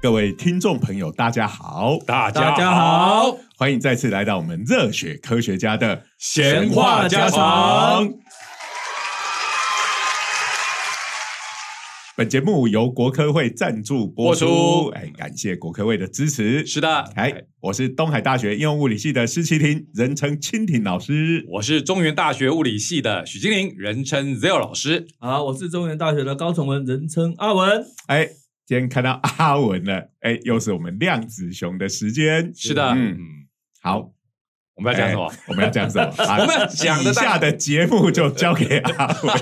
各位听众朋友，大家好，大大家好，欢迎再次来到我们热血科学家的闲话家常。本节目由国科会赞助播出，播出哎，感谢国科会的支持。是的，哎，我是东海大学应用物理系的施奇婷，人称蜻蜓老师。我是中原大学物理系的许金玲，人称 Zero 老师。好，我是中原大学的高崇文，人称阿文。哎，今天看到阿文了，哎，又是我们量子熊的时间。是的，嗯，嗯，好，我们要讲什么？我们要讲什 么？啊我们要讲的以下的节目就交给阿 文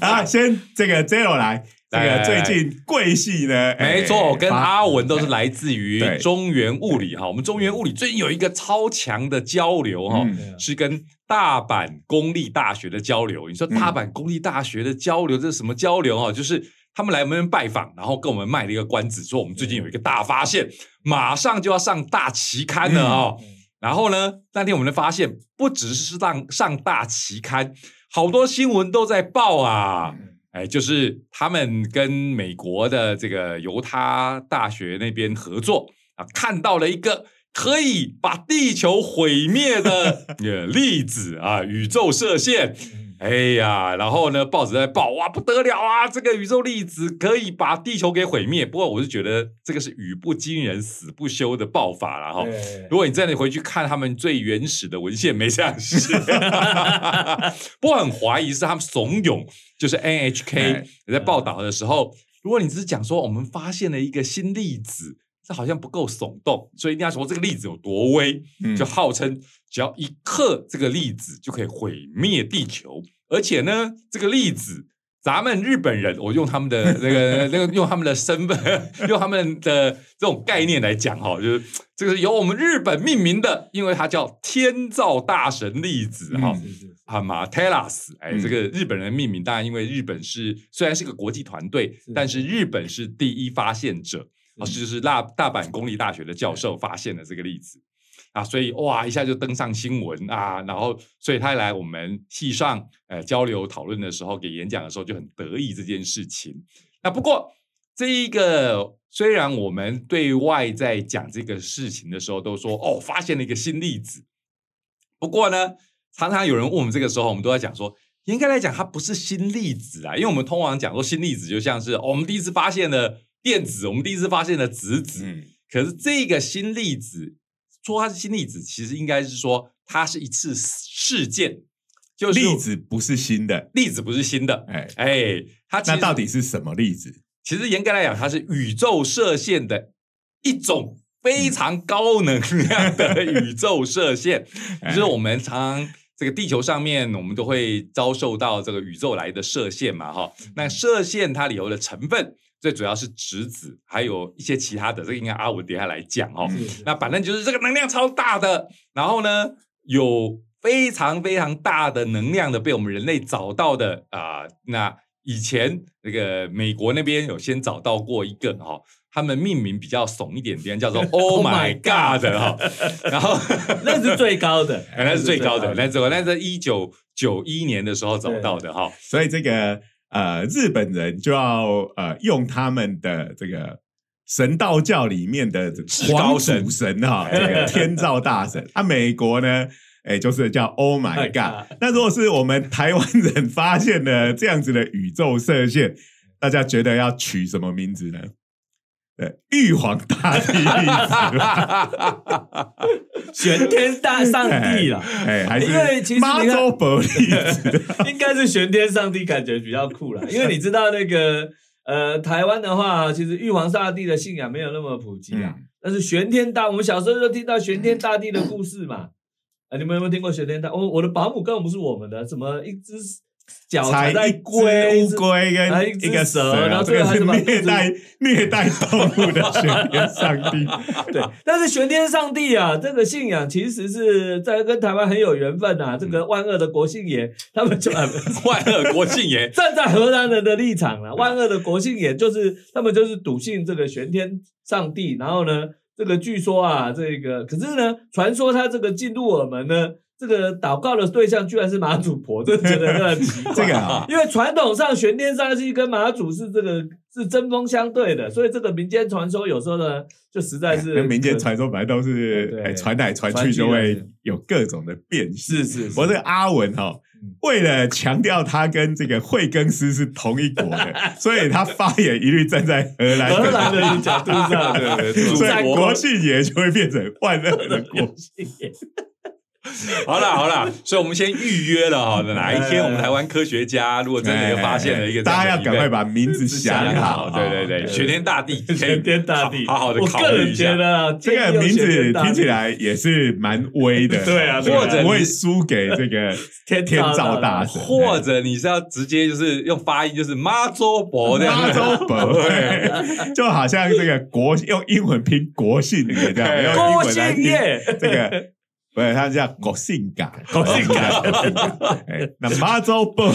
啊，先这个 Zero 来，这来个来最来近贵系呢，没错，哎我跟发阿文都是来自对于中原物理哈。我们中原物理最近有一个超强的交流哈，嗯啊是跟大阪公立大学的交流。你说大阪公立大学的交流，这是什么交流哦？就是他们来我们拜访，然后跟我们卖了一个关子，说我们最近有一个大发现，马上就要上大期刊了哦。嗯嗯然后呢，那天我们发现，不只是上上大期刊，好多新闻都在报啊。哎，就是他们跟美国的这个犹他大学那边合作啊，看到了一个可以把地球毁灭的呃粒子啊，宇宙射线。哎呀，然后呢，报纸在报哇，不得了啊！这个宇宙粒子可以把地球给毁灭。不过，我是觉得这个是语不惊人死不休的爆法了哈。对如果你真的回去看他们最原始的文献，没这样写。不过很怀疑是他们怂恿，就是 NHK 哎在报道的时候，如果你只是讲说我们发现了一个新粒子，这好像不够耸动，所以一定要说这个粒子有多微，嗯就号称只要一克这个粒子就可以毁灭地球，而且呢，这个粒子。咱们日本人，我用他们的那个、那个，用他们的身份，用他们的这种概念来讲哈，就是这个是由我们日本命名的，因为它叫天造大神粒子哈。嗯是是啊马 t e l a s 哎，嗯这个日本人命名，当然因为日本是虽然是个国际团队是，但是日本是第一发现者，啊，是是就是大大阪公立大学的教授发现了这个例子，啊，所以哇一下就登上新闻啊，然后所以他来我们系上呃交流讨论的时候，给演讲的时候就很得意这件事情。那不过这一个虽然我们对外在讲这个事情的时候都说哦发现了一个新粒子，不过呢，常常有人问我们这个时候，我们都在讲说，严格来讲，它不是新粒子啊，因为我们通常讲说新粒子就像是、哦我们第一次发现了电子，我们第一次发现了质子，嗯可是这个新粒子说它是新粒子，其实应该是说它是一次事件，就是粒子不是新的，粒子不是新的，哎，哎，它其那实到底是什么粒子？其实严格来讲，它是宇宙射线的一种非常高能量的宇宙射线，就是我们常常这个地球上面，我们都会遭受到这个宇宙来的射线嘛，哈。那射线它里头的成分，最主要是质子，还有一些其他的，这个应该阿文等一下来讲哦。是是那反正就是这个能量超大的，然后呢，有非常非常大的能量的被我们人类找到的啊、那以前那个美国那边有先找到过一个哈、哦，他们命名比较怂一点点，叫 做 Oh my God 哈、然后那是最高的，哎 那是最高的，那是那是一九九一年的时候找到的哈、 所以这个呃，日本人就要呃用他们的这个神道教里面的至皇高神主神哈、这个天照大神。啊，美国呢，哎，就是叫 Oh my God。那如果是我们台湾人发现了这样子的宇宙射线，大家觉得要取什么名字呢？对，玉皇大帝 粒子，玄天大上帝 啦，哎，还是因为其实你妈看周 伯粒子，哎应该是玄天上帝感觉比较酷啦，因为你知道那个呃，台湾的话，其实玉皇大帝的信仰没有那么普及啦，嗯但是玄天大，我们小时候就听到玄天大帝的故事嘛。啊，你们有没有听过玄天大？我我的保姆根本不是我们的，什么一只脚才踩在一龟只乌龟还跟一只个蛇啊然后这个最后还是是把肚子虐待虐待动物的玄天上帝。 对，但是玄天上帝啊，这个信仰其实是在跟台湾很有缘分嗯啊。这个万恶的国姓爷，他们就、呃、万恶国庆爷， 站在荷兰人的立场嗯了、万恶的国姓爷就是他们就是笃信这个玄天上帝，然后呢，这个据说啊，这个可是呢，传说他这个进入我们呢，这个祷告的对象居然是马祖婆，真的觉得很奇 怪。这个啊，因为传统上玄天上帝跟马祖是这个是针锋相对的，所以这个民间传说有时候呢，就实在是跟 民间传说本来都是对哎传来传传去去就会的有各种的变形。是是不是过这个阿文哈、嗯为了强调他跟这个慧更斯是同一国的，所以他发言一律站在荷 兰 荷兰的的角度上，对对对主所战以国国庆节就会变成万恶的 国。好啦好啦，所以我们先预约了哈，哪一天我们台湾科学家如果真的发现了一个这样哎大的家要赶 event，快把名字想想好好，。对对对，玄天大帝，玄天大帝，好好的我考个虑一人觉下。得啊这个名字听起，来也是蛮威的，对啊对啊或者不会输给这个天天照大神，或者你是要直接就是用发音，就是妈祖伯这样妈子，洲伯，对就好像这个国用英文拼国姓也这样，用英郭文来 姓拼业，这个。不是，他叫国姓港，郭姓感， 哎那妈洲伯，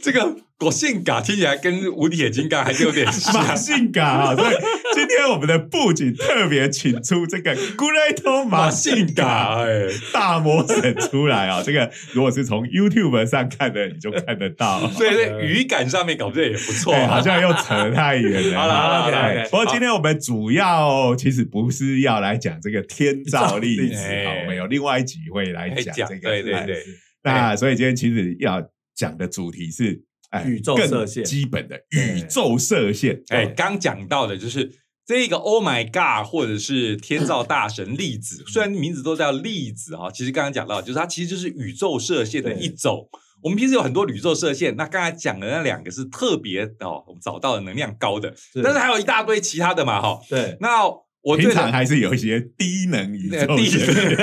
这个国姓嘎听起来跟无敌铁金刚还是有点马像。姓港啊！所以今天我们的布景特别请出这个古雷头马马姓姓港嘎，哎，大魔神出来啊！这个如果是从 YouTube 上看的，你就看得到。所以这语感上面搞这也不错对，好啊。像又扯太远了。好了好了哎好了不过今天我们主要其实不是要来讲这个天照历史，哎好，我们有另外一集会来哎讲讲这个。对对对哎，那所以今天其实要讲的主题是，哎，宇宙更射线基本 的对宇宙射线。哦哎，刚讲到的就是这个 Oh my God，或者是天造大神粒 子，虽然名字都叫粒子哈，其实刚刚讲到，就是它其实就是宇宙射线的一种。我们平时有很多宇宙射线，那刚才讲的那两个是特别哦，我们找到的能量高的，但是还有一大堆其他的嘛哈。对，那我平最常常还是有一些低能宇那宙地射线，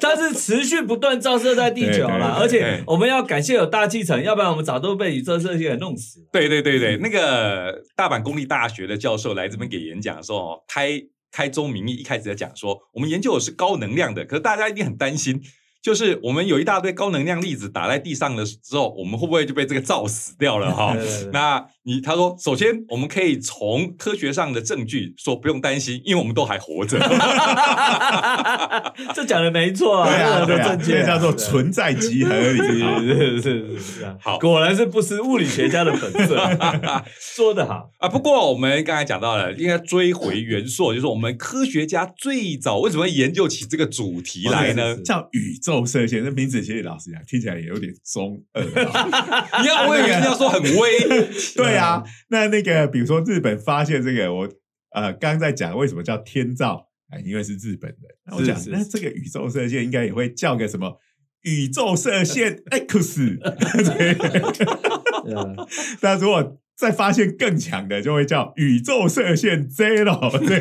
它是持续不断照射在地球啦，而且我们要感谢有大气层，要不然我们早都被宇宙射线给弄死了。对对对对，那个大阪公立大学的教授来这边给演讲的时候哦，开开宗明义一开始在讲说，我们研究的是高能量的，可是大家一定很担心，就是我们有一大堆高能量粒子打在地上的之后，我们会不会就被这个造死掉了哦 哈、对对对那你他说，首先我们可以从科学上的证据说不用担心，因为我们都还活着。 这讲的没错对啊，这对个啊，正这确，叫做存在集合理。好 是是是啊，好果然是不失物理学家的本 色，说得好，啊，不过我们刚才讲到了，应该追回原朔，就是我们科学家最早为什么会研究起这个主题哦来呢？叫宇宙射线，这名字其实老实讲听起来也有点中 二啊。 你要我也一定要说很威，对啊，那那个比如说日本发现这个，我呃刚刚在讲为什么叫天照，哎，因为是日本人。那我是讲是那这个宇宙射线应该也会叫个什么？宇宙射 线 X，对啊那如果再发现更强的，就会叫宇宙射线 Zero，对，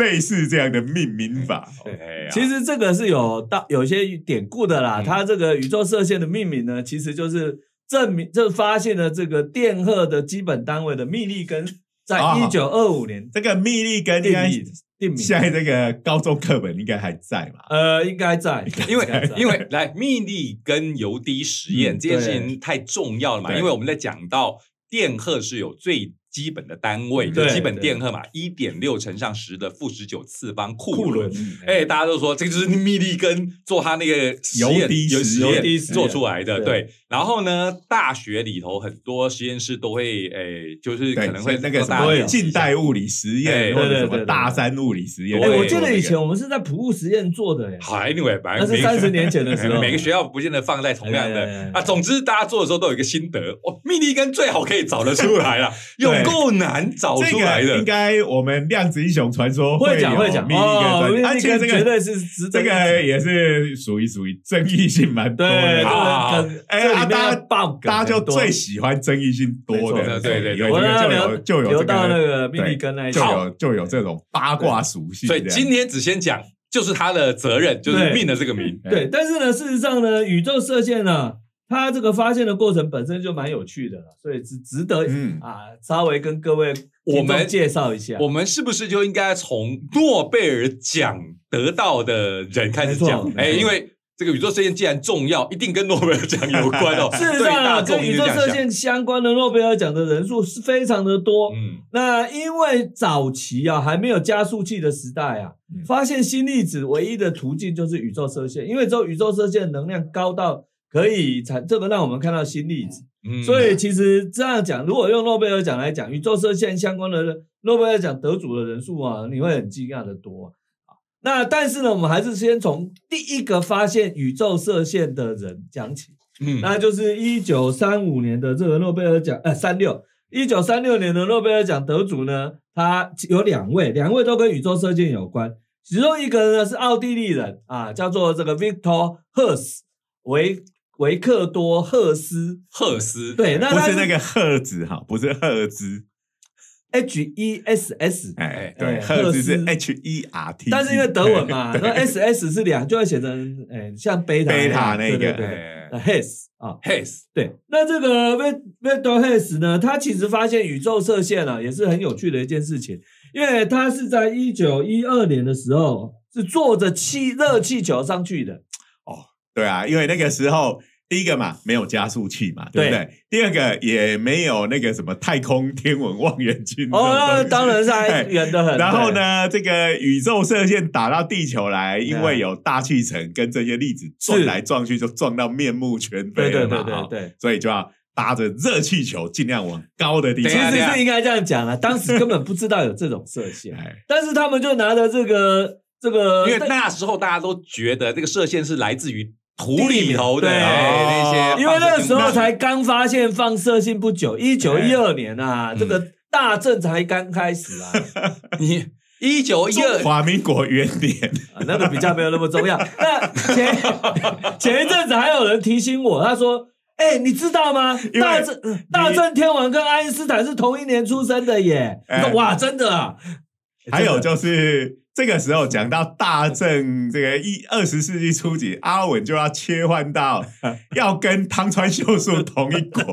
类似这样的命名法。哎啊呀其实这个是有到有些典故的啦，嗯它这个宇宙射线的命名呢，其实就是证明就发现了这个电荷的基本单位的密粒根，在啊一九二五年这个密利根应定该名定名，现在这个高中课本应该还在嘛？呃，应该在， 因应该为在啊因为来密粒跟油滴实验嗯这件事情太重要了嘛，对因为我们在讲到电荷是有最基本的单位，就对基本对电荷嘛，一点六乘上十的负十九次方库库伦仑。，哎，大家都说这个就是密粒根做他那个实验油滴有实实验验油滴实验做出来的，对对。然后呢，大学里头很多实验室都会，哎，就是对，可能会那个什大家么练习一近下代物理实哎验，或者对对什对么对大山物理实验。哎，我对记得那以个前我们是在普物实验做的耶，好，anyway，反正那是每三十年前 的时候，每个学校不见得放在同样哎哎哎的哎啊。总之，大家做的时候都有一个心得，哦，密粒根最好可以找得出来 了，有够难找这出来个的应。该我们量子英雄传说会讲有会讲秘密跟专哦而那且个这绝个对是值这得一提个也是属于属于争议性蛮多对，的。啊这个梗哎这里啊面大家要爆梗大家就很多最喜欢争议性多的，没错对对对因为我这要个就有就聊有聊这到那个个秘密跟那一就集有就有这种八卦属性这所样。以今天只先讲，就是他的责任，就是对命的这个名。哎对，但是呢，事实上呢，宇宙射线呢，它这个发现的过程本身就蛮有趣的了，所以值值得嗯啊，稍微跟各位我听们众介绍一下。我们是不是就应该从诺贝尔奖得到的人开始讲？没错哎，没错因为这个宇宙射线既然重要，一定跟诺贝尔奖有关哦。 事实对上大啊，众跟影宇宙响射下，线相关的诺贝尔奖的人数是非常的多。嗯，那因为早期啊还没有加速器的时代啊，嗯发现新粒子唯一的途径就是宇宙射线，因为只有宇宙射线能量高到可以产这个让我们看到新粒子。嗯所以其实这样讲，如果用诺贝尔奖来讲，宇宙射线相关的诺贝尔奖得主的人数啊，你会很惊讶的多啊。那但是呢，我们还是先从第一个发现宇宙射线的人讲起，嗯那就是一九三五年的这个诺贝尔奖，呃，三六一九三六年的诺贝尔奖得主呢，他有两位，两位都跟宇宙射线有关。其中一个呢是奥地利人啊，叫做这个 Victor Hertz 维维克多赫斯。赫斯对，那不他是那个赫兹哈，不是赫兹， H E S S，哎哎，对，哎赫兹是赫兹 H E R T，但是因为德文嘛，那 S S 是两，就会写成哎像贝塔贝塔那那样个对对对哎对 Hess 啊， ，Hess 对。那这个 Ve- Vector Hess 呢，他其实发现宇宙射线啊，也是很有趣的一件事情，因为他是在一九一二年的时候是坐着气热气球上去的，对啊，因为那个时候第一个嘛没有加速器嘛，对不对对？第二个也没有那个什么太空天文望远镜这种哦，那东西 当然是还哎远得很。然后呢，这个宇宙射线打到地球来，因为有大气层跟这些粒子撞是来撞去，就撞到面目全对？非对了对嘛，对哈对对。所以就要搭着热气球，尽量往高的地等一下方其等一实亮。下是应该这样讲啦，当时根本不知道有这种射 线，哎，但是他们就拿着这个这个，因为那时候大家都觉得这个射线是来自于土里头的对哎那些放射性物质， 因为那个时候才刚发现放射性不久，一九一二年啊，嗯这个大正才刚开始啊，你一九一中二华民国元年，啊那个比较没有那么重要。那前前一阵子还有人提醒我，他说。哎、你知道吗？因为大正大正天王跟爱因斯坦是同一年出生的耶！哎我说哇，真的啊！还有真的就是这个时候讲到大正这个一二十世纪初期，阿文就要切换 到要跟汤川秀树同一国，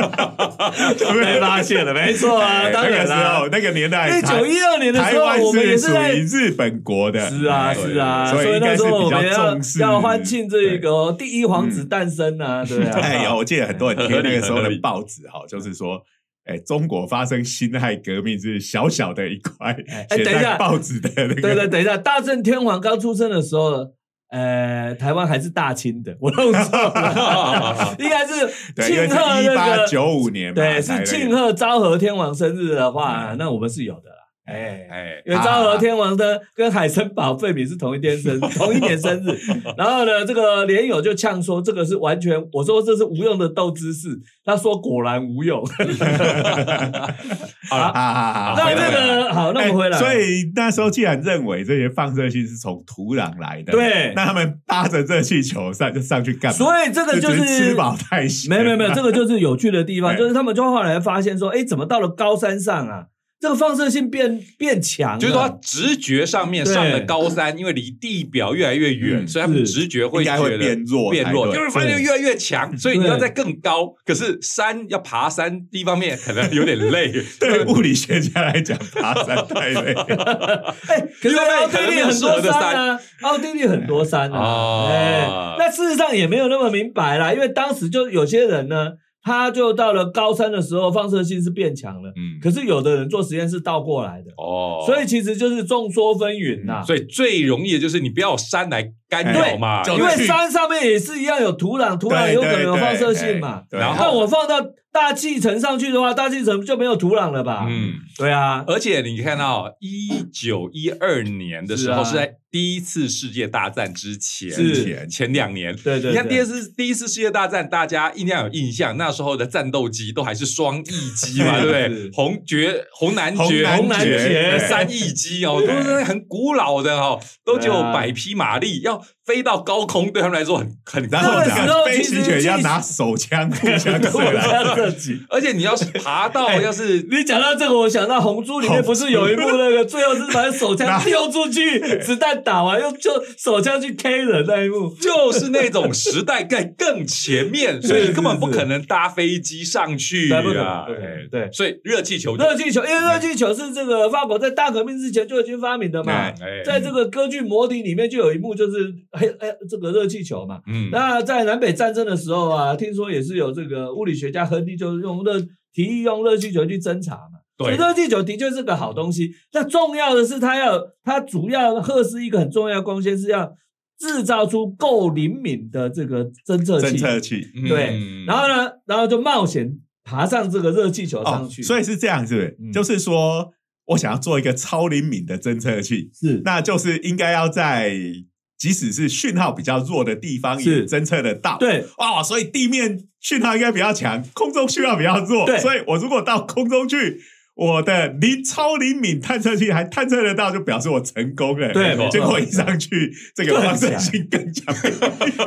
对不被对？发现了，没错啊，哎当那然个时啦候。那个年代，一九一二年的台时湾候，我们也是属是在于日本国的，是啊，哎对是啊，所以以应该那是时候我们比较要重视要欢庆这个哦第一皇子诞生啊，对 哎啊，有，我记得很多人合贴理那个时候合的理报纸哈，就是说。哎，中国发生辛亥革命是小小的一块，哎写等一下在报纸的那个。 对对，等一下，大正天皇刚出生的时候。呃，台湾还是大清的，我弄 错 了，应该是对，因为庆贺是一那八个，九五年嘛，对，才那是个庆贺昭和天皇生日的话，嗯那我们是有的啦，哎。哎因为昭和天皇的跟海森堡费米是同一天 生，同一年生日。然后呢，这个连友就呛说这个是完全，我说这是无用的斗知识，他说果然无用。好了，哈哈哈。那回来这个好，那我们回来。哎所以那时候既然认为这些放射性是从土壤来的，对那他们搭着热气球上就上去干嘛？所以这个就只是吃饱太闲，没有没有没有，这个就是有趣的 地方，哎就是他们就后来发现说，哎，怎么到了高山上啊，这个放射性变变强了， 就是说，直觉上面上了对高山，因为离地表越来越远，嗯所以他们是直觉会应该觉会得变弱才对，变弱，就是发现对越来越强，所以你对要在更高。可是山要爬山，一方面可能有点累，对物理学家来讲，爬山太累了。哎，可因是为奥地利很多山啊，奥地利很多山啊哦，哎，那事实上也没有那么明白啦，因为当时就有些人呢，他就到了高山的时候，放射性是变强了，嗯，可是有的人做实验是倒过来的， 哦，所以其实就是众说纷纭呐。所以最容易的就是你不要有山来干扰对嘛，就因是为山上面也是一样有土壤，土壤对有可能有对放射对性嘛。对然那后我放到大气层上去的话，大气层就没有土壤了吧？嗯，嗯。对啊，而且你看到一九一二年的时候是啊是在第一次世界大战之前，是前前两年。对对。你看对第二次第一次世界大战，大家一定要有印象，那时候的战斗机都还是双翼机嘛，是对不 是对？红爵、红男爵、红男爵爵对三翼机哦，对都是很古老的哦，都只有对啊百匹马力，要飞到高空，对他们来说很很困然后那难个时候这个飞其实行员要技拿手枪互相对 射我这来样子这集。而且你要是爬 到，哎要是你讲到这个，我想到《红猪》里面不是有一幕那个最后是把手枪丢出去，子弹打完又就手枪去 K 人那一幕，就是那种时代在更前面， 所以根本不可能搭飞机上去对不可能啊。对对。所以热气球就，热气球，因为热气球是这个法国在大革命之前就已经发明的嘛哎，哎在这个歌剧《魔笛》里面就有一幕就是黑哎这个热气球嘛，嗯，那在南北战争的时候啊，听说也是有这个物理学家亨利就是用热提议用热气球去侦查嘛。所以对热气球的确是个好东西。那重要的是，它要它主要赫斯一个很重要的贡献是要制造出够灵敏的这个侦测器侦，测器嗯对然后呢，然后就冒险爬上这个热气球上哦，去。所以是这样，是不是？嗯就是说我想要做一个超灵敏的侦测器，是那就是应该要在即使是讯号比较弱的地方也是侦测得到。。对哇，所以地面讯号应该比较强，空中讯号比较弱。对所以我如果到空中去，我的灵超灵敏探测器还探测得到，就表示我成功了。对没错结果一上去，这个放射性更强。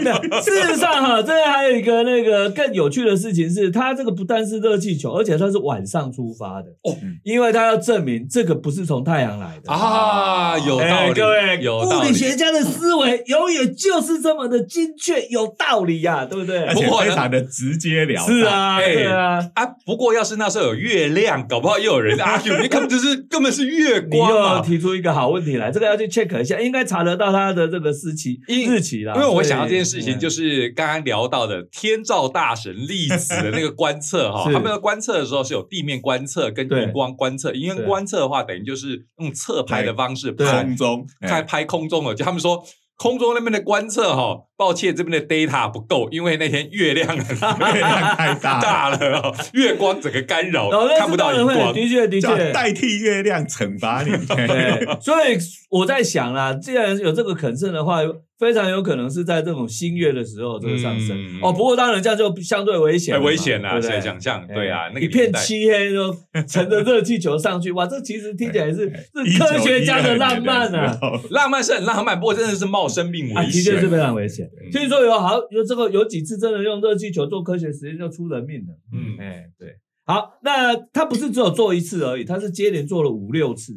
没有，事实上哈，这还有一个那个更有趣的事情是，它这个不但是热气球，而且它是晚上出发的嗯哦因为它要证明这个不是从太阳来的。啊，有道哎理，各位有道物理理。学家的思维永远就是这么的精确，有道理呀、 对不对而？且不过呢非常的直截了当。是，啊，哎对啊，啊，不过要是那时候有月亮，搞不好又有人 argue，你根本就是根本是月你光啊又嘛。提出一个好问题来，这个要去 check 一下，应该查得到它的这个时期因日期啦。因为我想到这件事情，嗯就是是刚刚聊到的天照大神粒子的那个观测哈， 是他们在观测的时候是有地面观测跟对荧光观测，因为对观测的话等于就是用侧拍的方式对啊拍空中拍哎拍空中了，就他们说。空中那边的观测哈，抱歉，这边的 data 不够，因为那天 月亮很月 亮 太大了，大了哦，月光整个干扰，哦，看那不知道到人荧会光。的确的就要确。代替月亮惩罚你。 对，所以我在想啦，既然有这个肯胜的话，非常有可能是在这种新月的时候这个上升、嗯哦。不过当然这样就相对危险哎，了嘛，危险对啊！不现对哎在想象，对啊，那个一片年代漆黑，就乘着热气球上去，哇，这其实听起来是一哎是九科学家的浪漫一二年的啊时！候！浪漫是很浪漫，不过真的是冒生命啊，危的确是险。嗯非常危险。听说有好有这个有几次真的用热气球做科学实验就出人命了。嗯哎，对。好，那他不是只有做一次而已，他是接连做了五六次。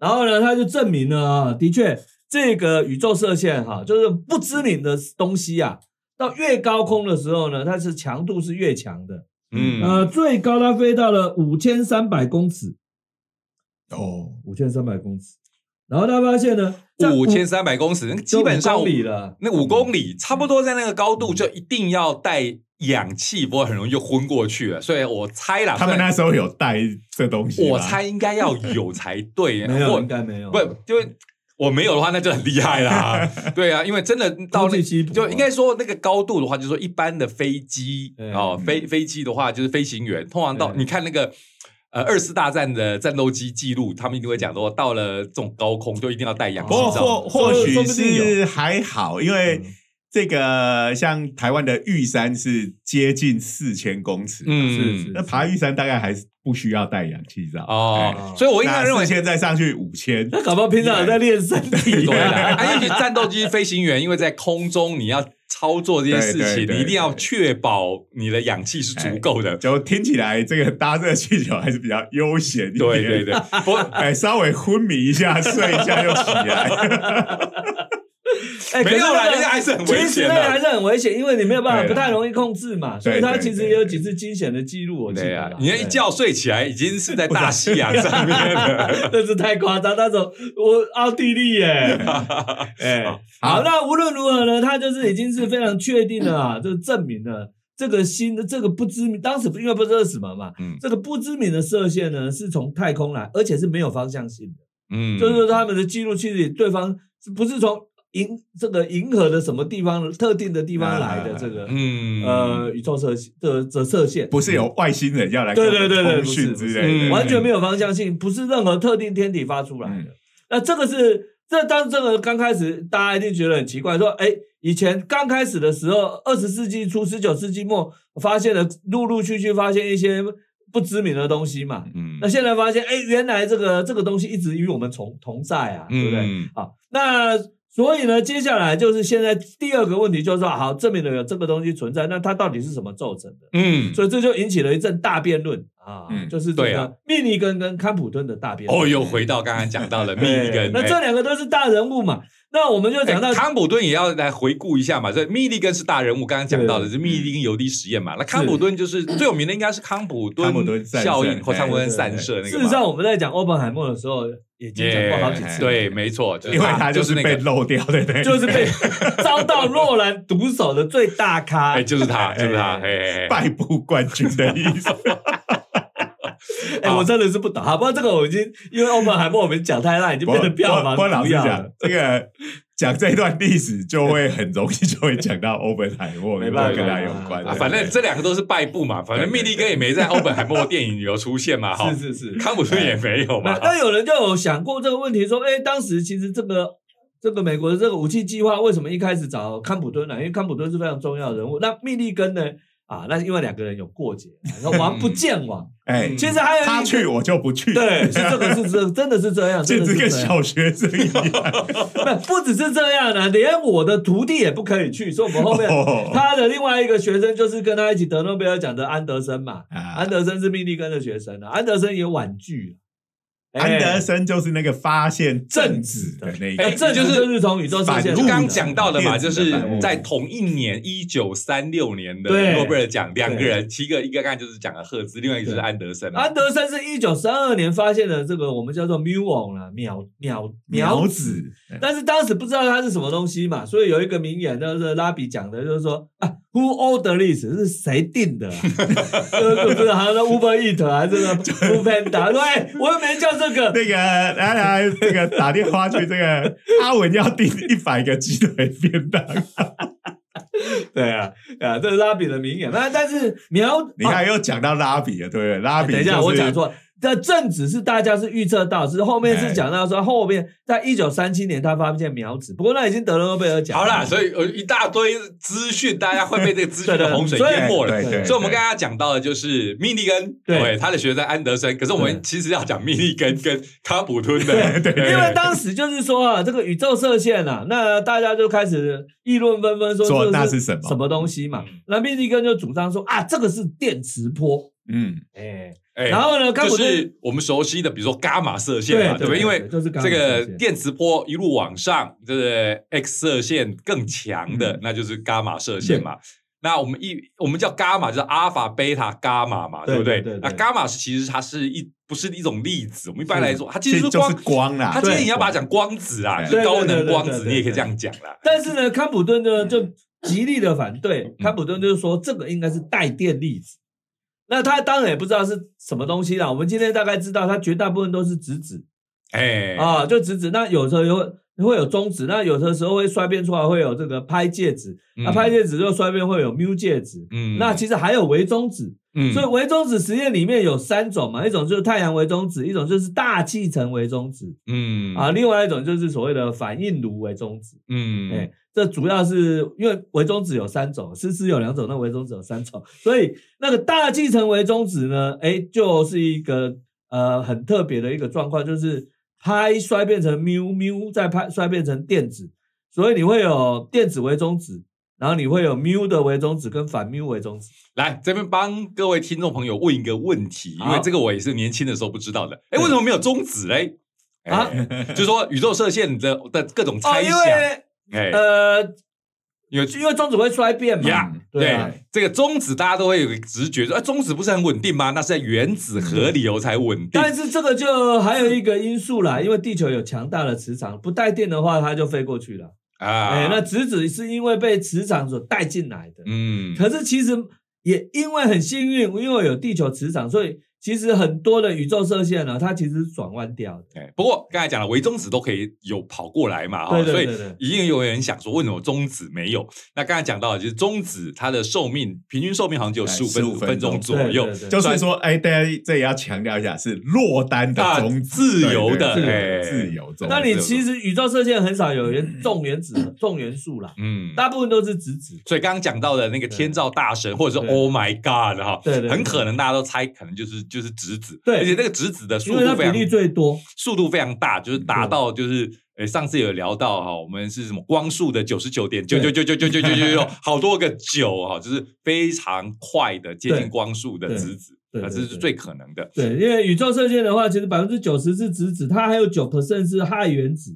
然后呢，他就证明了啊，的确这个宇宙射线哈、就是不知名的东西啊，到越高空的时候呢，它是强度是越强的。嗯，呃，最高它飞到了五千三百公尺，哦，五千三百公尺。然后他发现呢，在五千三百公尺，那个基本上就五公里了。那五公里差不多在那个高度就一定要带氧气，不过很容易就昏过去了。所以我猜啊啦，他们虽然那时候有带这东西吗，我猜应该要有才 对，没有，或应该没有。不因为我没有的话，那就很厉害 啦。对啊，因为真的到估那计稀薄就应该说那个高度的话，就是说一般的飞机嗯哦，飞飞机的话就是飞行员，通常到嗯你看那个。呃，二次大战的战斗机记录，他们一定会讲说，到了这种高空就一定要戴氧不气过罩。嗯或或哦说许说不定有是还好，因为嗯这个像台湾的玉山是接近四千公尺，是嗯，是那爬玉山大概还是不需要带氧气罩哦，哎所以我我应该认为现在上去五 千，那搞不好平常有在练身对体啦，啊。啊因为你战斗机飞行员，因为在空中你要操作这些事对对情，对你一定要确保你的氧气是足够哎的。就听起来这个搭热气球还是比较悠闲一点。对对 对，不，哎，稍微昏迷一下，睡一下就起 来。 哎，没有啦，可人是家还是很危其实险那个还的。是很危险，因为你没有办法，对啦不太容易控制嘛，所以对他对其实对也有对几次惊险的记录，我记对得啊啦。，你一对觉睡起来已经是在大西洋上面 了。真是啊太夸张，那种我奥地利耶，哎， 好，那无论如何呢，他就是已经是非常确定了 啊，就证明了这个新的这个不知名，当时因为不知道是什么嘛，嗯这个不知名的射线呢是从太空来，而且是没有方向性的，嗯就是说他们的记录器里对方是不是从银这个银河的什么地方特定的地方来的这个嗯呃宇宙射线的的射线，不是有外星人要来对对对对，通不是讯不之是类嗯的，嗯完全没有方向性，不是任何特定天体发出来的。那这个是这当这个刚开始，大家一定觉得很奇怪，说哎，以前刚开始的时候，二十世纪初、十九世纪末发现了，陆陆续续发现一些不知名的东西嘛。嗯那现在发现，哎，原来这个这个东西一直与我们同同在啊，对不对？嗯好，那所以呢，接下来就是现在第二个问题，就是说，好，证明了有这个东西存在，那它到底是什么构成的？嗯，所以这就引起了一阵大辩论啊，嗯就是这对个啊密尼根跟康普顿的大辩论。哦，又回到刚刚讲到了密 对尼根，那这两个都是大人物嘛，那我们就哎讲到哎康普顿也要来回顾一下嘛。这密利根是大人物，刚刚讲到的是密利嗯根邮递实验嘛。那康普顿就是最有名的，应该是康普康普顿顿散射效应或哎康普顿对对散射那个嘛。事实上，我们在讲欧本海默的时候，已经讲过好几 Yeah，次，哎对，没错，就是因为他就就是是那被个，漏掉的，对，就 是被遭到诺兰毒手的最大咖哎，。就是他，就是他，哎哎哎哎，败部冠军的意 思。哎，我真的是不懂，好，不过这个我已经因为欧本海默我们讲太烂，已经变成票不房不老毒实药讲了。，这个讲这一段历史就会很容易就会讲到欧本海默，没办法跟他有关啊，的。反正这两个都是败部嘛，反正对对密利根也没在欧本海默电影有出现嘛，哈，是是 是。康普顿也没有那嘛，那有人就有想过这个问题，说，哎，当时其实这个这个美国的这个武器计划为什么一开始找康普顿呢？因为康普顿是非常重要的人物。那密利根呢？啊，那是因为两个人有过节，然后王不见王。哎，其实还有一个他去我就不去， 对，是这个是这真的是这样，真简的直是跟这样。小学生一样。不不只是这样呢、连我的徒弟也不可以去，所以我们后面、哦他的另外一个学生就是跟他一起得诺贝尔奖的安德森嘛，啊安德森是密利根的学生啊，安德森也婉拒了、安哎德森就是那个发现正子的那哎，个哎，这就是就是从宇宙射反线入就来的刚刚讲到的嘛，电就子的是反物在同一年，一九三六年的对啊诺贝尔奖，两个人，七个，一个刚才就是讲了赫兹，另外一个就是安德森嘛安。德森是一九三二年发现的这个我们叫做 muon 啦，秒秒苗秒子，但是当时不知道它是什么东西嘛，所以有一个名言，就是拉比讲的，就是说啊，Who ordered this？是谁定的、啊？就是不是好像那 Uber Eat 还是那 Food Panda？说哎、我又没叫这 那个。个来来，这个打电话去，这个阿文要订一百个鸡腿便当。对啊，啊，这是拉比的名言。那但是苗，你看啊又讲到拉比了，对不对？拉比哎哎等一下，就是我讲错了。这正子是大家是预测到，只是后面哎是讲到说后面在一九三七年他发现苗子，不过那已经得了诺贝尔奖 了。好 啦，所以有一大堆资讯，大家会被这个资讯的洪水对对淹没了。哎对对对所以，我们刚刚讲到的就是密利根，对对他的学生安德森。可是我对们其实要讲密利根跟康普敦的，对对对因为当时就是说啊，这个宇宙射线啊，那大家就开始议论纷纷说说这那是什什么东西嘛嗯。那密利根就主张说啊，这个是电磁波，嗯，哎，哎然后呢，康普就顿是我们熟悉的，比如说伽马射线对嘛，对不对？因为就是刚这刚个射线电磁波一路往上，这个 X 射线更强的嗯，那就是伽马射线嘛。那我们一我们叫伽马，就是阿尔法、贝塔、伽马嘛，对对不对对对？对那伽马是其实它是一不是一种粒子，我们一般来说，它其这实是就光是，光啦。它其实对你要把它讲光子啊，对就是高啊对对能对光对子，对你也可以这样讲啦。但是呢，康普嗯顿呢就极力的反对，康普顿就是说这个应该是带电粒子。那他当然也不知道是什么东西啦。我们今天大概知道，它绝大部分都是质子，哎，啊，就直指。那有时候有会有中指，那有的时候会衰变出来会有这个拍介质，那、嗯拍介质就衰变会有 mu 介质。嗯那其实还有微中子，嗯所以微中子实验里面有三种嘛，一种就是太阳微中子，一种就是大气层微中子、嗯啊，另外一种就是所谓的反应炉微中子。哎、嗯这主要是因为微中子有三种，思思有两种，那微中子有三种，所以那个大气层微中子呢，哎，就是一个呃很特别的一个状况，就是拍衰变成缪缪，再拍衰变成电子，所以你会有电子微中子，然后你会有缪的微中子跟反缪微中子。来这边帮各位听众朋友问一个问题，因好为这个我也是年轻的时候不知道的。哎，对为什么没有中子嘞？啊哎，就是说宇宙射线的的各种哦，猜因想，为哎，呃，因为因为中子会衰变嘛呀嗯对啊对这个中子，大家都会有个直觉说，哎，中子不是很稳定吗？那是在原子核里头才稳定。嗯但是这个就还有一个因素啦，因为地球有强大的磁场，不带电的话它就飞过去了。哎、啊，那质子是因为被磁场所带进来的，嗯，可是其实也因为很幸运，因为有地球磁场，所以其实很多的宇宙射线呢、它其实是转弯掉的。哎，不过刚才讲了，微中子都可以有跑过来嘛，哈，对对哦所对以对一定有人想说，为什么中子没有？那刚才讲到，就是中子它的寿命平均寿命好像只有哎十五分15分钟分钟左右对对对，就是说，哎，大家这也要强调一下，是落单的啊种自由的对对哎对自由中那你其实宇宙射线很少有原重原子、重元素啦，嗯。大部分都是质子。所以刚刚讲到的那个天照大神，或者是对 Oh my God 哈，对对对很可能大家都猜，可能就是就是质子，对而且那个质子的速因为它度比非常例最多，速度非常大，就是达到就是。呃，上次有聊到哈，我们是什么光速的九十九点九九九九九九九九，好多个九哈，就是非常快的接对近光速的对质子，对啊，对这是对最可能的。对，因为宇宙射线的话，其实百分之九十是质子，它还有九 percent 是氦原子，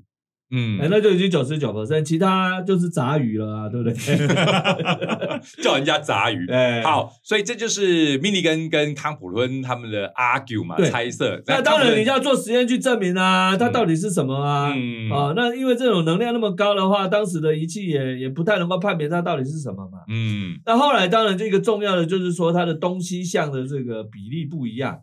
嗯哎、，那就已经九十九 percent，其他就是杂鱼了啊，对 不 对？叫人家杂鱼。哎，好，所以这就是米利根跟康普伦他们的 argue 嘛，对猜测。那康当普然伦你要做实验去证明啊，它嗯到底是什么啊？嗯啊，那因为这种能量那么高的话，当时的仪器也也不太能够判别它到底是什么嘛。嗯那后来当然这个重要的就是说它的东西向的这个比例不一样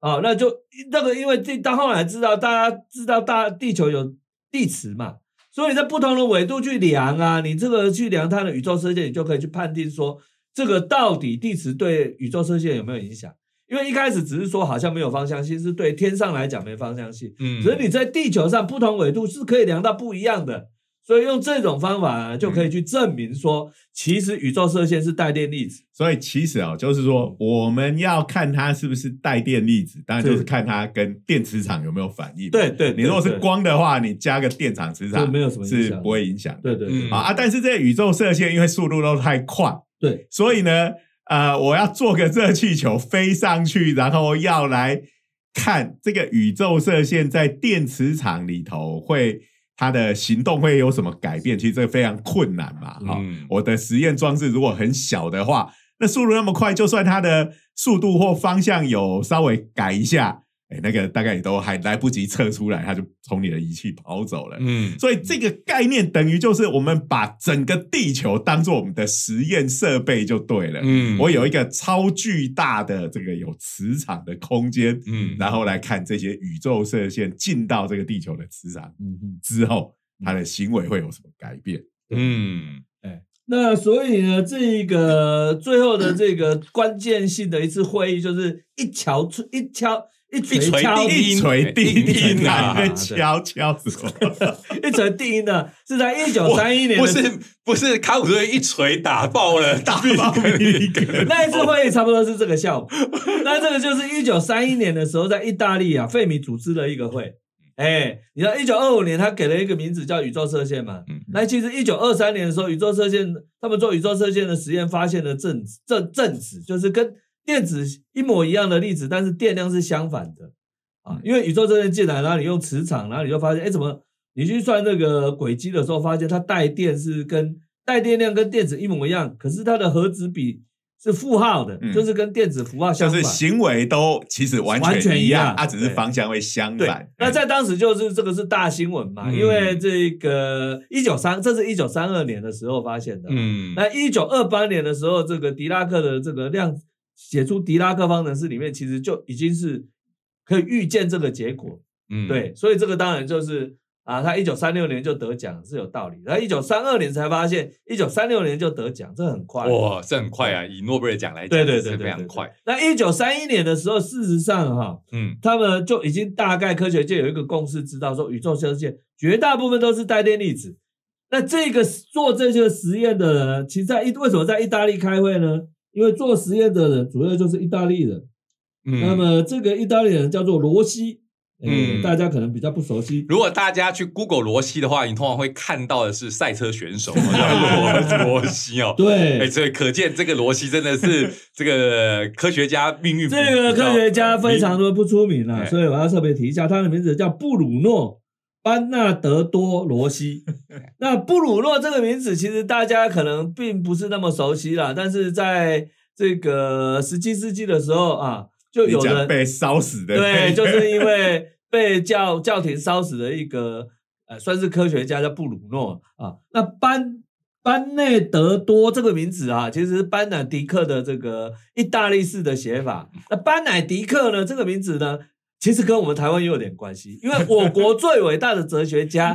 啊，那就那个因为这到后来知道大家知道大地球有地磁嘛，所以在不同的纬度去量啊，你这个去量它的宇宙射线，你就可以去判定说这个到底地磁对宇宙射线有没有影响。因为一开始只是说好像没有方向性，是对天上来讲没方向性，嗯，只是你在地球上不同纬度是可以量到不一样的，所以用这种方法啊就可以去证明说，其实宇宙射线是带电粒子。 所以其实啊、就是说我们要看它是不是带电粒子，当然就是对看它跟电磁场有没有反应。，对对，你如果是光，光的话，你加个电场、磁就场没有什么影是响。不会影响的。对对对嗯啊啊！但是这宇宙射线因为速度都太快，对，所以呢，呃，我要做个热气球飞上去，然后要来看这个宇宙射线在电磁场里头会它的行动会有什么改变。其实这个非常困难嘛，啊哈、嗯我的实验装置如果很小的话，那速度那么快，就算它的速度或方向有稍微改一下，哎，那个大概也都还来不及测出来，它就从你的仪器跑走了。嗯所以这个概念等于就是我们把整个地球当做我们的实验设备就对了。嗯我有一个超巨大的这个有磁场的空间，嗯然后来看这些宇宙射线进到这个地球的磁场嗯嗯。之后，它的行为会有什么改变？嗯那所以呢，这个最后的这个关键性的一次会议，就是一敲出一敲一锤一锤敲定音一锤定定音音啊！啊你在敲敲什么？ 一锤定音的，是在一九三一 年不的是不是，康普伦一锤打爆了 大爆一个那一次会议差不多是这个效果。那这个就是一九三一年的时候，在意大利啊，费米组织了一个会。哎，你知道一九二五年他给了一个名字叫宇宙射线嘛？嗯那其实一九二三年的时候，宇宙射线他们做宇宙射线的实验，发现了正正正子，就是跟电子一模一样的粒子，但是电量是相反的啊。嗯因为宇宙射线进来，然后你用磁场，然后你就发现，哎，怎么你去算这个轨迹的时候，发现它带电是跟带电量跟电子一模一样，可是它的核子比是负号的，嗯就是跟电子符号就相反。是行为都其实完完全全一一样啊样，它只是对方向会相对反。，那在当时就是这个是大新闻嘛，嗯因为这个一九三，这是一九三二年的时候发现的。嗯那一九二八年的时候，这个狄拉克的这个量子写出狄拉克方程式里面，其实就已经是可以预见这个结果。嗯，对，所以这个当然就是啊，他一九三六年就得奖是有道理，然后一九三二年才发现，一九三六年就得奖，这很快。哇，这很快啊！以诺贝尔奖来讲，对对这对对是对非常快。。那一九三一年的时候，事实上哈、嗯他们就已经大概科学界有一个共识，知道说宇宙射线绝大部分都是带电粒子。那这个做这些实验的人呢，其实在意为什么在意大利开会呢？因为做实验的人主要就是意大利人。嗯，那么这个意大利人叫做罗西，嗯，嗯大家可能比较不熟悉。如果大家去 Google 罗西的话，你通常会看到的是赛车选手 叫罗罗西哦。对，哎，所以可见这个罗西真的是 这个科学家命运比较。这个科学家非常多，的不出名啊，哎所以我要特别提一下，他的名字叫布鲁诺·班纳德多· 罗西。哎那布鲁诺这个名字，其实大家可能并不是那么熟悉啦，但是在这个十七世纪的时候啊，就你有讲人被烧死的那对，个就是因为被教教廷烧死的一个呃，算是科学家叫布鲁诺啊。那班班内德多这个名字啊，其实是班乃迪克的这个意大利式的写 法。那班乃迪克呢，这个名字呢？其实跟我们台湾也有点关系，因为我国最伟大的哲学 家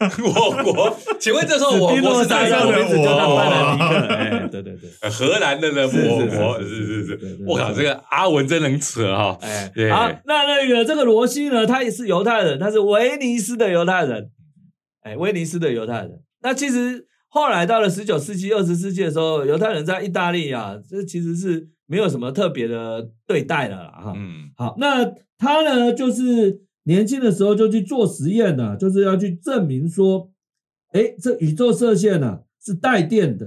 我国，请问这时候我史蒂国诺是哪莎一莎个的名人？字就叫班乃迪克， 我哎，对对对，呃荷兰的呢？是我是国是是是是是对对是对，我靠，这个阿文真能扯啊哈！哎哦对，好，那那个这个罗西呢，他也是犹太人，他是威尼斯的犹太人，哎，威尼斯的犹太人。那其实后来到了十九世纪、二十世纪的时候，犹太人在意大利啊，这其实是没有什么特别的对待的啦哈。嗯好，那他呢，就是年轻的时候就去做实验呢、就是要去证明说，哎，这宇宙射线呢、是带电的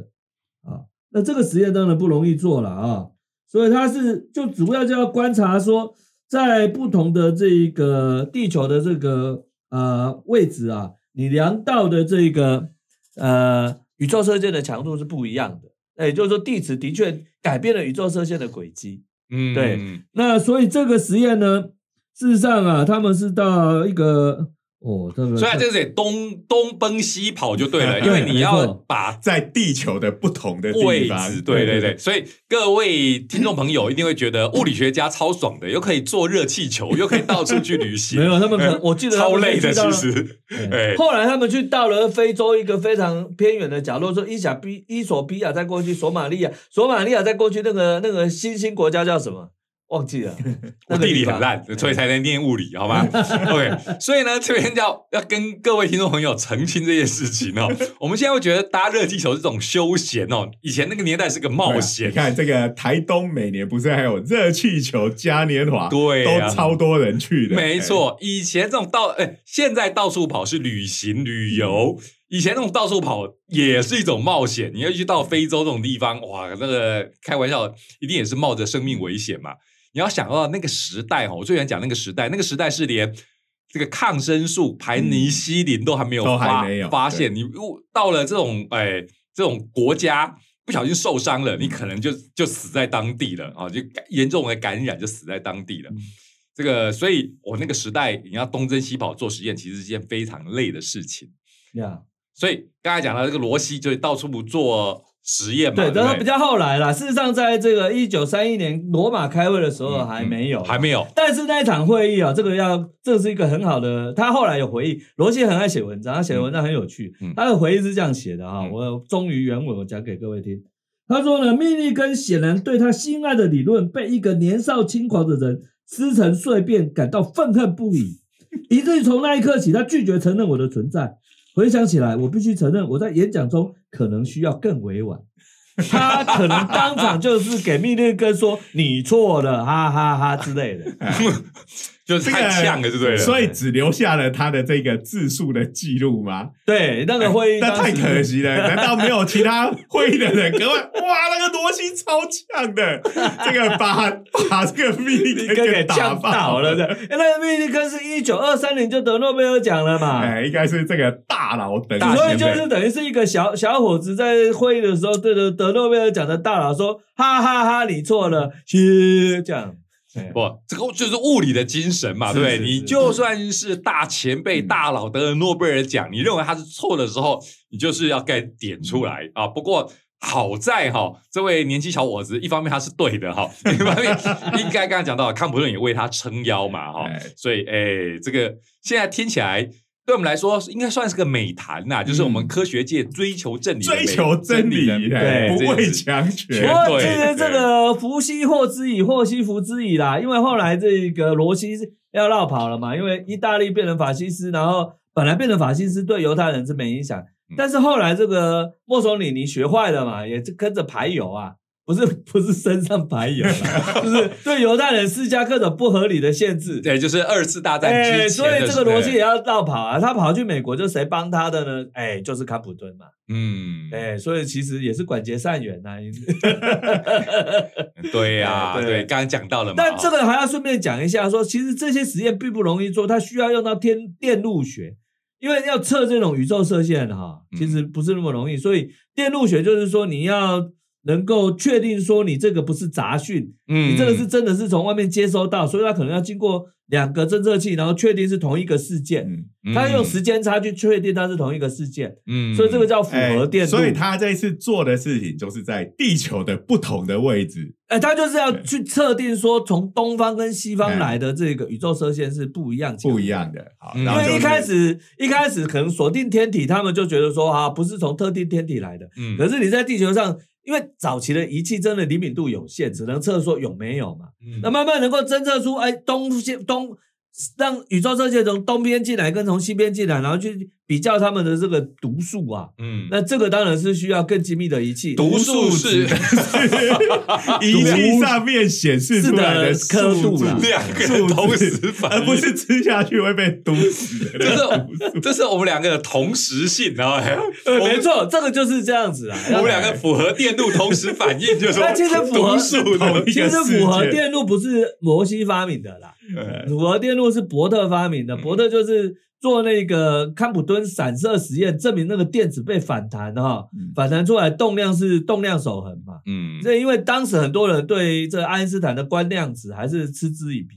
啊。那这个实验当然不容易做了啊，所以他是就主要就要观察说，在不同的这一个地球的这个呃位置啊，你量到的这个呃宇宙射线的强度是不一样的。那也就是说，地质的确改变了宇宙射线的轨迹。嗯，对嗯，那所以这个实验呢，事实上啊，他们是到一个哦，这个所以它就是得东东奔西跑就对了，因为 对你没要错把在地球的不同的位地方置，，对对对对，所以各位听众朋友一定会觉得物理学家超爽的，又可以坐热气球，又可以到处去旅 没行，有他们可能，我记得他呃超们累的，去到其了。实，对哎，。后来他们去到了非洲一个非常偏远的角落，说伊小比伊索比亚，再过去索马利亚，索马利亚再过去那个那个新兴国家叫什么？忘记了 我那个地地理方很烂，所以才能念物理，好吗 ？OK，所以呢，这边要要跟各位听众朋友澄清这件事情哦。我们现在会觉得搭热气球是种休闲哦，以前那个年代是个冒险哎你，看这个台东每年不是还有热气球嘉年华，对啊都超多人去的，哎没错，以前这种到哎、现在到处跑是旅行旅游，以前那种到处跑也是一种冒险。你要去到非洲这种地方，哇，那个开玩笑，一定也是冒着生命危险嘛。你要想到那个时代哦，我最喜欢讲那个时代，那个时代是连这个抗生素排尼西林都还没有都发还没有发现，你如到了这种哎、这种国家。不小心受伤嗯了，你可能就就死在当地了啊！就感严重的感染就死在当地了。嗯这个，所以我那个时代，你要东征西跑做实验，其实是一件非常累的事情。呀所以刚才讲到这个罗西，就是到处做实验嘛，对，对但不是对，比较后来啦。事实上，在这个一九三一年罗马开会的时候嗯还没有，嗯还没有，但是那一场会议啊，这个要这是一个很好的，他后来有回忆，罗西很爱写文章，他写的文章很有趣，嗯他的回忆是这样写的啊，嗯我忠于原文，我讲给各位听。他说呢，命运根显然对他心爱的理论被一个年少轻狂的人撕成碎片感到愤恨 不已，以至于从那一刻起，他拒绝承认我的存在。回想起来，我必须承认，我在演讲中可能需要更委婉。他可能当场就是给命令哥说你错了，哈哈哈之类的。 就是太呛了，就对了。哎所以只留下了他的这个字数的记录吗？ 对，那个会议哎那当太时可惜 了，难道没有其他会议的人格外？ 哇，那个罗西超强的，这个把把这个密密利克根给打呛倒爆 了的。哎那个密利根是一九二三年就得诺贝尔奖了嘛，哎，应该是这个大佬等级所以就的是等于是一个小小伙子在会议的时候对着得诺贝尔奖的大佬说：“哈哈哈你错了，嘘，这样。哎不，这个就是物理的精神嘛，是对不对？是你是就算是大前辈、嗯大佬得了诺贝尔奖，你认为他是错的时候，你就是要该点出嗯来啊。不过好在哈、这位年轻小伙子，一方面他是对的 哈、一方面应该刚才讲到，康普顿也为他撑腰嘛哈、哎所以哎，这个现在听起来。对我们来说，应该算是个美谈呐、就是我们嗯科学界追求正理的美、追求真理真，的哎对不这畏件事强全权。不过对其实这个福兮祸之矣，祸兮福之矣啦。因为后来这个罗西是要绕跑了嘛，因为意大利变成法西斯，然后本来变成法西斯对犹太人是没影响，嗯但是后来这个墨索里尼学坏了嘛，也就跟着排油啊。不是不是身上排 油啦，就是对犹太人施加各种不合理的限制。对，就是二次大战之前哎，的时所代、以这个罗西也要绕跑啊！他跑去美国，就谁帮他的呢？哎，就是康普顿嘛。嗯，哎，所以其实也是管结善缘呐、对呀、 对对，刚刚讲到了嘛。哦但哈这个还要顺便讲一下说其实这些实验并不容易做，它需要用到天电路学，因为要测这种宇宙射线哈，嗯其实不是那么容易。所以电路学就是说你要能够确定说你这个不是杂讯，嗯你这个是真的是从外面接收到，所以它可能要经过两个侦测器，然后确定是同一个事件。嗯它用时间差去确定它是同一个事件，嗯所以这个叫符合电哎路。所以他这次做的事情就是在地球的不同的位置，哎，他就是要对哎去测定说从东方跟西方来的这个宇宙射线是不一样强度不一样的。好，嗯然后因为就一是开始一开始可能锁定天体，他们就觉得说啊，不是从特定天体来的。嗯可是你在地球上，因为早期的仪器真的灵敏度有限，只能测说有没有嘛。嗯嗯那慢慢能够侦测出，哎，东西东让宇宙射线从东边进来跟从西边进来，然后去比较他们的这个读数啊。嗯，那这个当然是需要更精密的仪器，读数是仪器上面显示出来的是的刻度数啦字 两个人同时反啊应，而不是吃下去会被毒死 的那种。这是这是我们两个的同时性，然后还对，我呃没们错，这个就是这样子 啊。我们两个符合电路同时反应，就是说那其实符合读数的同一其个实世符合界电路不是摩西发明的啦，呃符合电路是伯特发明的。嗯伯特就是做那个康普敦散射实验，证明那个电子被反弹哈嗯，反弹出来动量是动量守恒嘛。嗯这因为当时很多人对这爱因斯坦的观量子还是嗤之以鼻。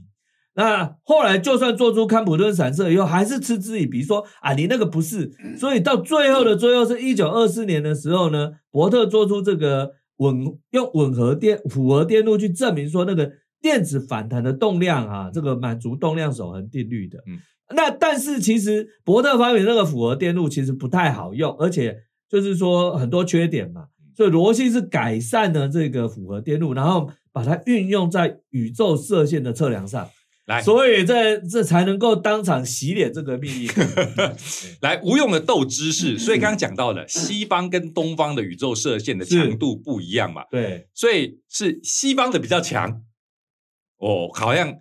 那后来就算做出康普顿散射以后，还是嗤之以鼻，说啊你那个不是。嗯所以到最后的最后是一九二四年的时候呢，伯特做出这个吻用吻合电符合电路去证明说那个电子反弹的动量啊，这个满足动量守恒定律的。嗯那但是其实伯特发明那个符合电路其实不太好用，而且就是说很多缺点嘛。所以罗西是改善了这个符合电路，然后把它运用在宇宙射线的测量上，来所以这这才能够当场洗脸这个 秘密。来无用的斗知识，所以刚刚讲到的西方跟东方的宇宙射线的嗯是强度不一样嘛，对所以是西方的比较强。哦，好像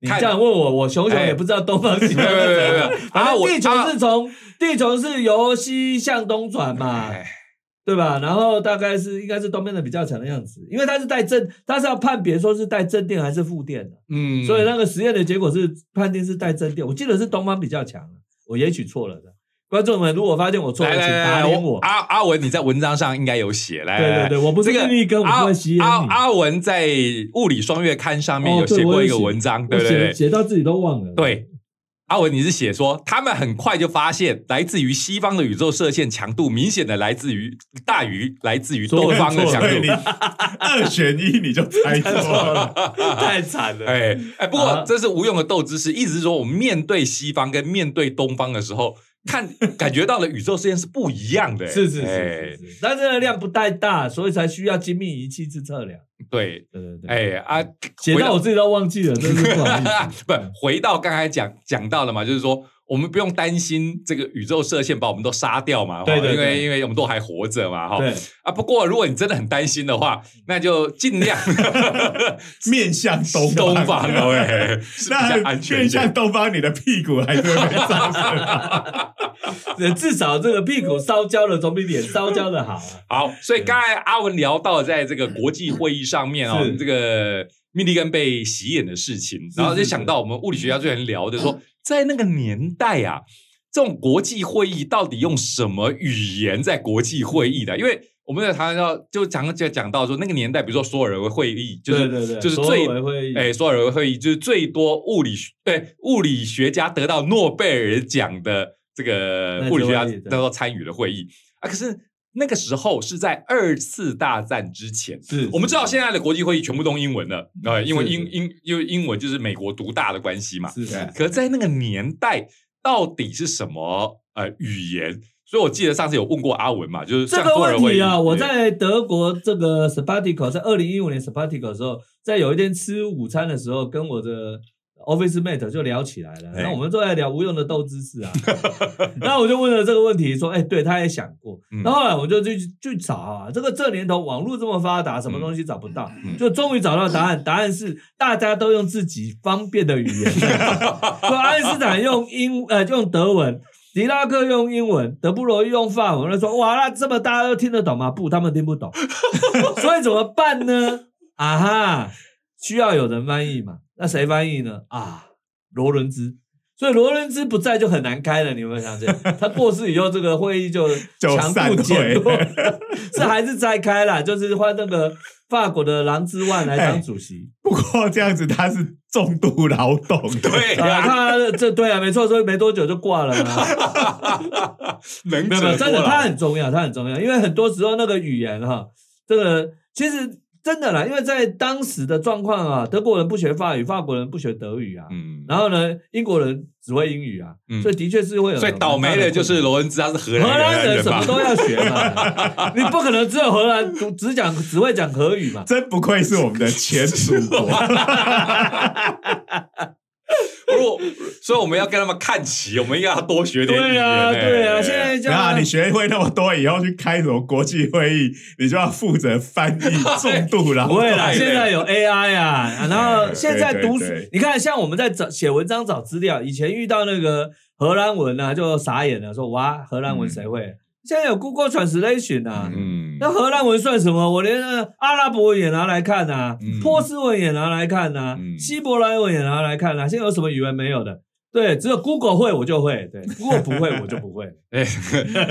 你看哎这样问我，我熊熊也不知道东方西没方有是没有没怎有没样。有反啊，正我地球啊是从地球是由西向东转嘛，哎对吧？然后大概是应该是东边的比较强的样子，因为它是带正，它是要判别说是带正电还是负电的。嗯，所以那个实验的结果是判定是带正电，我记得是东方比较强，啊我也许错了的。观众们，如果发现我错了，来请来来打来，脸我我。阿阿文，你在文章上应该有写，来对来对来对，我不是这个秘密跟我阿不会吸烟阿你。阿文在《物理双月刊》上面嗯哦有对写我过有一个写文章，我对对写对写到自己都忘了。对。阿文，你是写说他们很快就发现，来自于西方的宇宙射线强度明显的来自于大于来自于东方的强所以你度。二选一你就猜错了。 太惨了。哎哎，不过啊这是无用的斗知识，意思是说我们面对西方跟面对东方的时候，看感觉到了宇宙射线是不一样的。 是是是哎是是，但是量不太大，所以才需要精密仪器去测量。对，对对对，哎啊，写回到我自己都忘记了，真是不好意思。 不，回到刚才讲讲到了嘛，就是说我们不用担心这个宇宙射线把我们都杀掉嘛，哈对对因为对因为我们都还活着嘛，哈 对，啊。不过如果你真的很担心的话，那就尽 量面向 东东方，方哦，哎，是比较那安全一面点向。东方，你的屁股还是会被照射。对至少这个屁股烧焦了，总比脸烧焦的好啊。好，所以刚才阿文聊到在这个国际会议上面哦是，这个密立根被洗眼的事情，然后就是是想到我们物理学家之前聊的说，在那个年代啊，这种国际会议到底用什么语言在国际会议的？因为我们在谈到就常就讲到说，那个年代，比如说索尔维会议，就是对对对，就是所最委会议哎，索尔维会议就是最多物理学对物理学家得到诺贝尔奖的这个那就物理学家会议对得到参与的会议啊。可是那个时候是在二次大战之前。是我们知道现在的国际会议全部都用英文了，呃，因为是英英因为英文就是美国独大的关系嘛。是 是可在那个年代，到底是什么呃语言？所以我记得上次有问过阿文嘛，就是这像个索尔问维题啊，会议我在德国这个 sabbatical，在二零一五年 sabbatical 的时候，在有一天吃午餐的时候，跟我的 office mate 就聊起来了。哎那我们都在聊无用的斗知 识啊。那我就问了这个问题，说，哎，对，他也想过嗯。那后来我就去去找啊，这个这年头网络这么发达，什么东西找不到嗯，就终于找到答案。答案是大家都用自己方便的 语言。说爱因斯坦用英呃用德文，狄拉克用英文，德布罗意用法文。他说哇，那这么大家都听得懂吗？不，他们听不懂。 所以怎么办呢？啊哈，需要有人翻译嘛？那谁翻译呢？啊，罗伦兹。所以罗伦兹不在就很难开了，你有没有想见？他过世以后，这个会议就 就强散度会减弱， 这还是再开啦，就是换那个法国的郎之万来哎当 主席。不过这样子他是重度劳动，对哎啊，呀，他这对啊，没错，所以没多久就挂了嘛。能没有，没有，者真多的，劳它很重要，它很重要，因为很多时候那个语言哈，这个其实真的啦，因为在当时的状况啊，德国人不学法语，法国人不学德语啊，嗯然后呢，英国人只会英语啊，嗯所以的确是会有，所以倒霉的就是。罗恩兹，他是荷荷兰兰人人啊什吧么都要学 嘛，你不可能只有荷兰读只讲只会讲荷语嘛。真不愧是我们的前祖国。如果所以我们要跟他们看齐，我们应该要多学点语言对啊，欸对啊，现在这然后样你，学会那么多以后去开什么国际会议，你就要负责翻译重度了。不会啦， 对现在有 AI 啊，然后现在对对读书对，你看像我们在找写文章找资料，以前遇到那个荷兰文啊，就傻眼了，说哇，荷兰文谁会？现在有 Google Translation 啊。嗯，那荷兰文算什么？我连那个阿拉伯文也拿来看呐、啊嗯，波斯文也拿来看呐、啊，嗯希伯来文也拿来看呐、啊。现在有什么语文没有的？对，只有 Google 会我就会，对，Google 不会我就不会。 哎，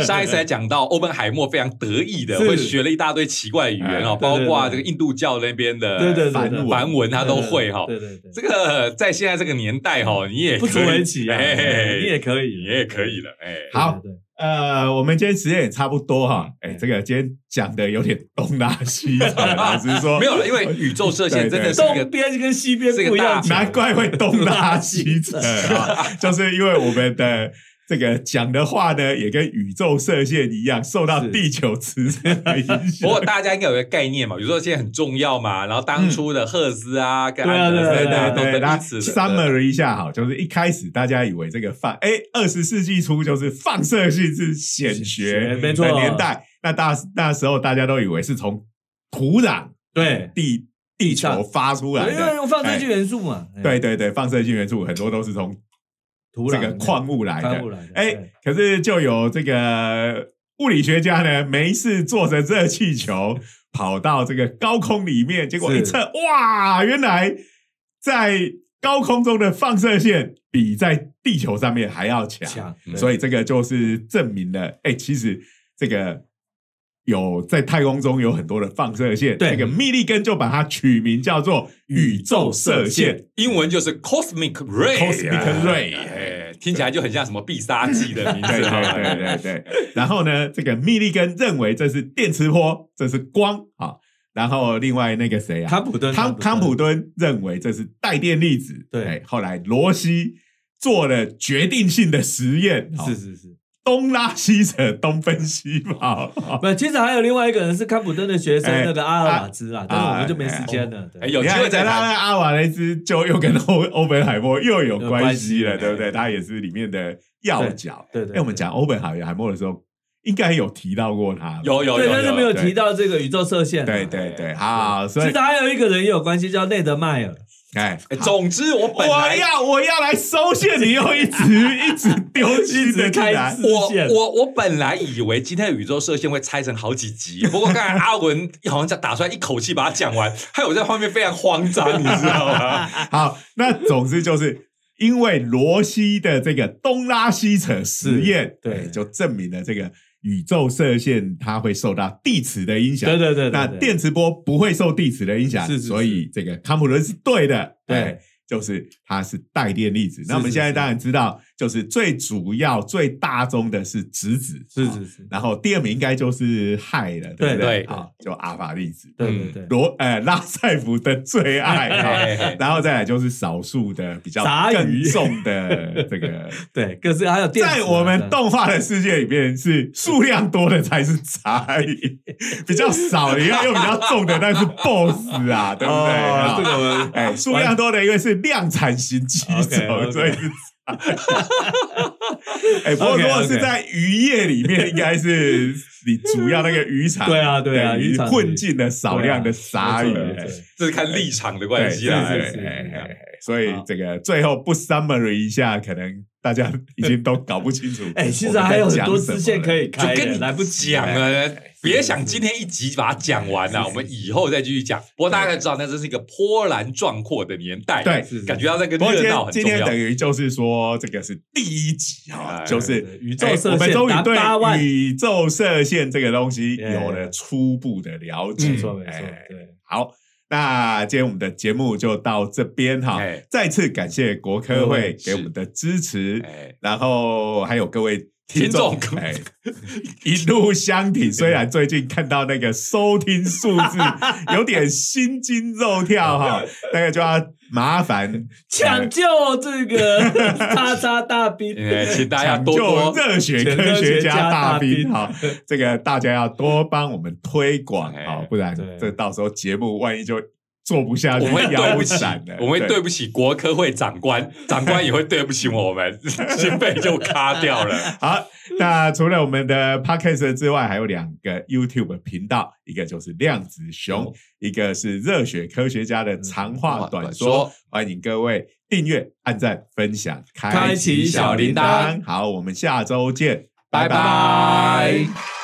上一次还讲到欧本海默非常得意的，是会学了一大堆奇怪的语言哦，对对包对括这个印度教那边的对对对繁对，文梵文他都会哈。对对对，这个在现在这个年代哈，你也不足可以为奇啊，哎你也可以，你也可以了，哎，好，对，对对呃，我们今天时间也差不多哈。哎，这个今天讲的有点东拉西扯，老实说哦没，有了，因为宇宙射线真的是一东个边跟西边这个不一样大，难怪会东拉西扯 啊，就是因为我们的。这个讲的话呢，也跟宇宙射线一样，受到是地球磁场的影 不响。过大家应该有个概念嘛，比如说现在很重要嘛，然后当初的赫兹啊、跟对啊安德嗯对森啊，对都对，是那彼此的 summary 一下好，就是一开始大家以为这个放，哎，二十世纪初就是放射性是显学没错的，年代，那大那时候大家都以为是从土壤对，地地球发出来因为的，用放射性元素嘛，哎对，对对，放射性元素很多都是从土这壤个矿物来翻过的，来的，哎，可是就有这个物理学家呢，没事坐着热气球跑到这个高空里面，结果是一测，哇，原来在高空中的放射线比在地球上面还要强，对强，嗯所以以这个就是证明了，哎、其实这个。有在太空中有很多的放射线，对这个密立根就把它取名叫做宇宙射线，英文就是 cosmic ray 啊 Cosmic ray 哎，听起来就很像什么必杀技的 名对字哈。对哎对对对。然后呢，这个密利根认为这是电磁波，这是光啊。然后另外那个谁啊，康普顿，康康普顿敦认为这是带电粒子。对哎后来罗西做了决定性的实验，啊是是是。东拉西扯，东奔西跑。啊不，其实还有另外一个人是康普顿的学生哎，那个阿尔瓦兹啦，但是我们就没时间了。对哎，有你机会看，再讲到谈。那阿瓦雷兹就又跟欧欧本海默又有有关关系系了，了对不对？他也是里面的要角。对哎、对，我们讲欧本海默的时候，应该有提到过他吧。有有对，有，但是没有对提到这个宇宙射线啊。对对对，好，所其以实还有一个人也有关系，叫内德迈尔。哎哎，好总之我我本来要我要来收线，你又一直一直丢新的进来一 直开，我支线我我本来以为今天的宇宙射线会拆成好几集，不过刚才阿文好像在打算一口气把它讲完，害我在后面非常慌张，你知道 吗？好，那总之就是。因为罗西的这个东拉西扯实验，对哎就证明了这个宇宙射线它会受到地磁的影响。对对对，对那对电磁波不会受地磁的影响，是是是所以这个康普伦是对的，对哎，就是它是带电粒子。是那我们是现在是当然知道，就是最主要、最大宗的是质子，是啊是是，然后第二名应该就是氦了，对不对对啊，就阿法粒子，对对对，罗呃拉塞夫的最爱啊。哎然后再来就是少数的比较杂更鱼重的这个，对，可是还有 电子啊，在我们对动画的世界里面是数量多的才是杂鱼，比较少的，因为又比较重的，但是 BOSS 啊，对不对？哦啊这个我们哎，数量多的因为是量产型机哦手， OK，OK 所以是杂鱼。哎，不过如果 OK，OK 是在渔业里面，应该是你主要那个渔场，对啊对啊，你渔场啊混进了少量的杂鱼。没错没哎错这是看立场的对，关系啦。是哎是是哎哎哎哎所以这个最后不 summary 一下，可能大家已经都搞不清楚。 哎、其实还有很多支线可以。以开就的，跟你来不及讲啊。了，别想今天一集把它讲完了，我们以后再继续讲。不过大家知道，那这是一个波澜壮阔的年代， 对是是感觉到那个不过今热天闹很今重天要等。于就是说，这个是第一集啊，哎就是对 宇宙哎射我们线终于达八对万宇宙射线这个东西哎有了初步的了解。没错，没错哎，对，好，那今天我们的节目就到这边哈哎，再次感谢国科会是给我们的支持。哎，然后还有各位听众听，众哎，一路相挺。虽然最近看到那个收听数字有点心惊肉跳哈，那个就要麻烦抢救这个叉叉大兵，哎请大家 抢多救多热血科学家大 兵哈，这个大家要多帮我们推广哎好，不然对这到时候节目万一就。做不下我去，们会 对腰不起闪的，，我们会对不起国科会长官，长官也会对不起我们， 经费就卡掉了。好，那除了我们的 podcast 之外，还有两个 YouTube 频道，一个就是量子熊，哦一个是热血科学家的长话短说。嗯短说欢迎各位订阅、按赞、分享、开启启小铃铃铛。好，我们下周见，拜拜